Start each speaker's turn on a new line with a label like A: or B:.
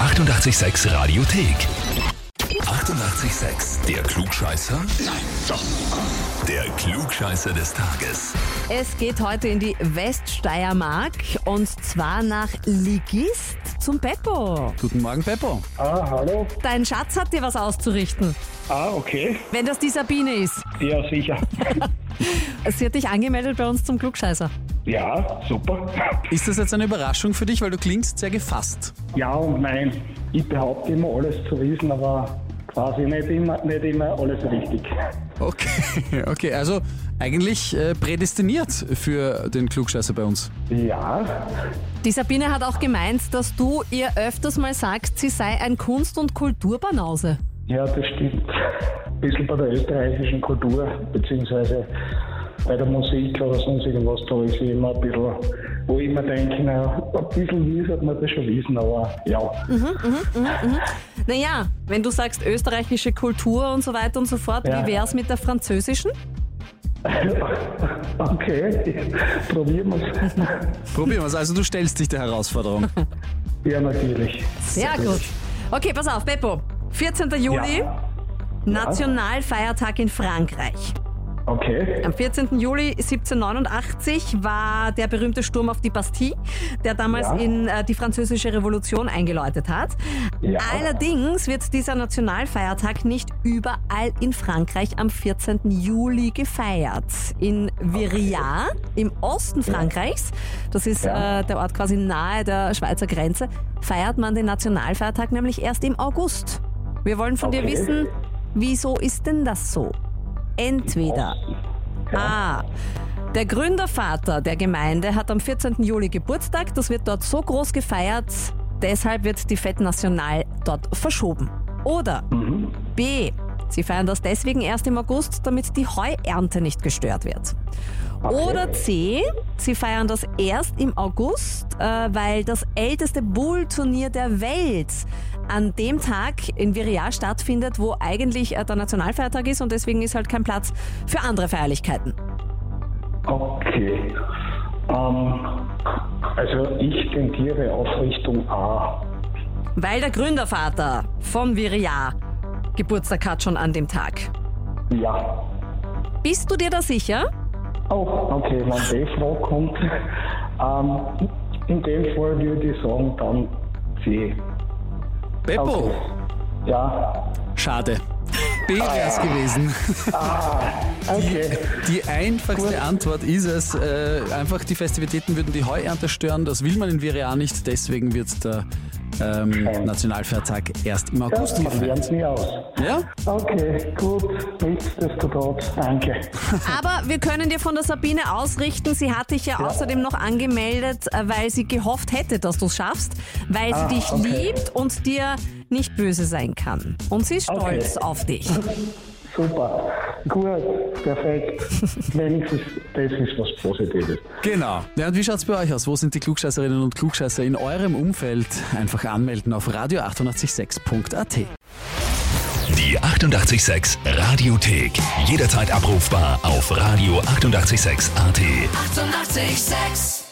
A: 886 Radiothek. 88,6. Der Klugscheißer? Nein, doch. Der Klugscheißer des Tages.
B: Es geht heute in die Weststeiermark und zwar nach Ligist zum Beppo.
C: Guten Morgen, Beppo.
D: Ah, hallo.
B: Dein Schatz hat dir was auszurichten,
D: Ah, okay.
B: wenn das die Sabine ist.
D: Ja, sicher.
B: Sie hat dich angemeldet bei uns zum Klugscheißer.
D: Ja, super.
C: Ist das jetzt eine Überraschung für dich, weil du klingst sehr gefasst?
D: Ja und nein. Ich behaupte immer alles zu wissen, aber quasi nicht immer, nicht immer alles richtig.
C: Okay, okay, also eigentlich äh, prädestiniert für den Klugscheißer bei uns.
D: Ja,
B: Die Sabine hat auch gemeint, dass du ihr öfters mal sagst, sie sei ein Kunst- und Kulturbanause.
D: ja, das stimmt. Ein bisschen bei der österreichischen Kultur, beziehungsweise bei der Musik oder sonst irgendwas, da ist ich immer ein bisschen, wo ich mir denke, na, ein bisschen wie hat man das schon wissen, aber ja.
B: Mhm. Naja, wenn du sagst österreichische Kultur und so weiter und so fort,
D: Ja.
B: wie wär's mit der französischen?
D: Okay, probieren
B: Mhm.
D: wir es.
C: Probieren wir es, also du stellst dich der Herausforderung.
D: Ja, natürlich.
B: Sehr gut. Okay, pass auf, Beppo. 14. Juli,
D: Ja.
B: Nationalfeiertag in Frankreich.
D: Okay.
B: Am 14. Juli 1789 war der berühmte Sturm auf die Bastille, der damals
D: Ja.
B: in äh, die französische Revolution eingeläutet hat.
D: Ja.
B: Allerdings wird dieser Nationalfeiertag nicht überall in Frankreich am 14. Juli gefeiert. In Viriat, im Osten Frankreichs, das ist
D: Ja.
B: äh, der Ort quasi nahe der Schweizer Grenze, feiert man den Nationalfeiertag nämlich erst im August. Wir wollen von dir
D: Okay.
B: wissen, wieso ist denn das so? Entweder A. Ah. Der Gründervater der Gemeinde hat am 14. Juli Geburtstag. Das wird dort so groß gefeiert, deshalb wird die Fête Nationale dort verschoben. Oder B. Sie feiern das deswegen erst im August, damit die Heuernte nicht gestört wird. Oder C. Sie feiern das erst im August, äh, weil das älteste Bullturnier der Welt an dem Tag in Viriat stattfindet, wo eigentlich äh, der Nationalfeiertag ist und deswegen ist halt kein Platz für andere Feierlichkeiten.
D: Okay. Ähm, also ich tendiere auf Richtung A.
B: Weil der Gründervater von Viriat Geburtstag hat schon an dem Tag.
D: Ja.
B: Bist du dir da sicher?
D: Oh, okay, wenn die Frage kommt. Ähm, in dem Fall würde ich sagen, dann C.
C: Beppo,
D: Okay. Ja.
C: schade. B wär's gewesen.
D: Okay.
C: Die einfachste Antwort ist es, äh, einfach die Festivitäten würden die Heuernte stören, das will man in Virea nicht, deswegen wird der ähm, Nationalfeiertag erst im
D: Ja,
C: August
D: man
C: gefeiert.
D: lernt nie aus.
C: Ja?
D: Okay, gut. Nichtsdestotrotz, danke.
B: Aber wir können dir von der Sabine ausrichten. Sie hat dich ja, außerdem noch angemeldet, äh, weil sie gehofft hätte, dass du es schaffst, weil sie
D: Ah,
B: dich
D: okay.
B: liebt und dir nicht böse sein kann. Und sie ist
D: Okay.
B: stolz auf dich.
D: Super. Gut, perfekt. Wenigstens das ist was Positives.
C: Genau. Ja, und wie schaut's bei euch aus? Wo sind die Klugscheißerinnen und Klugscheißer in eurem Umfeld? Einfach anmelden auf radio886.at.
A: Die 88,6 Radiothek. Jederzeit abrufbar auf radio886.at. 88,6.
E: Eighty-eight, sex.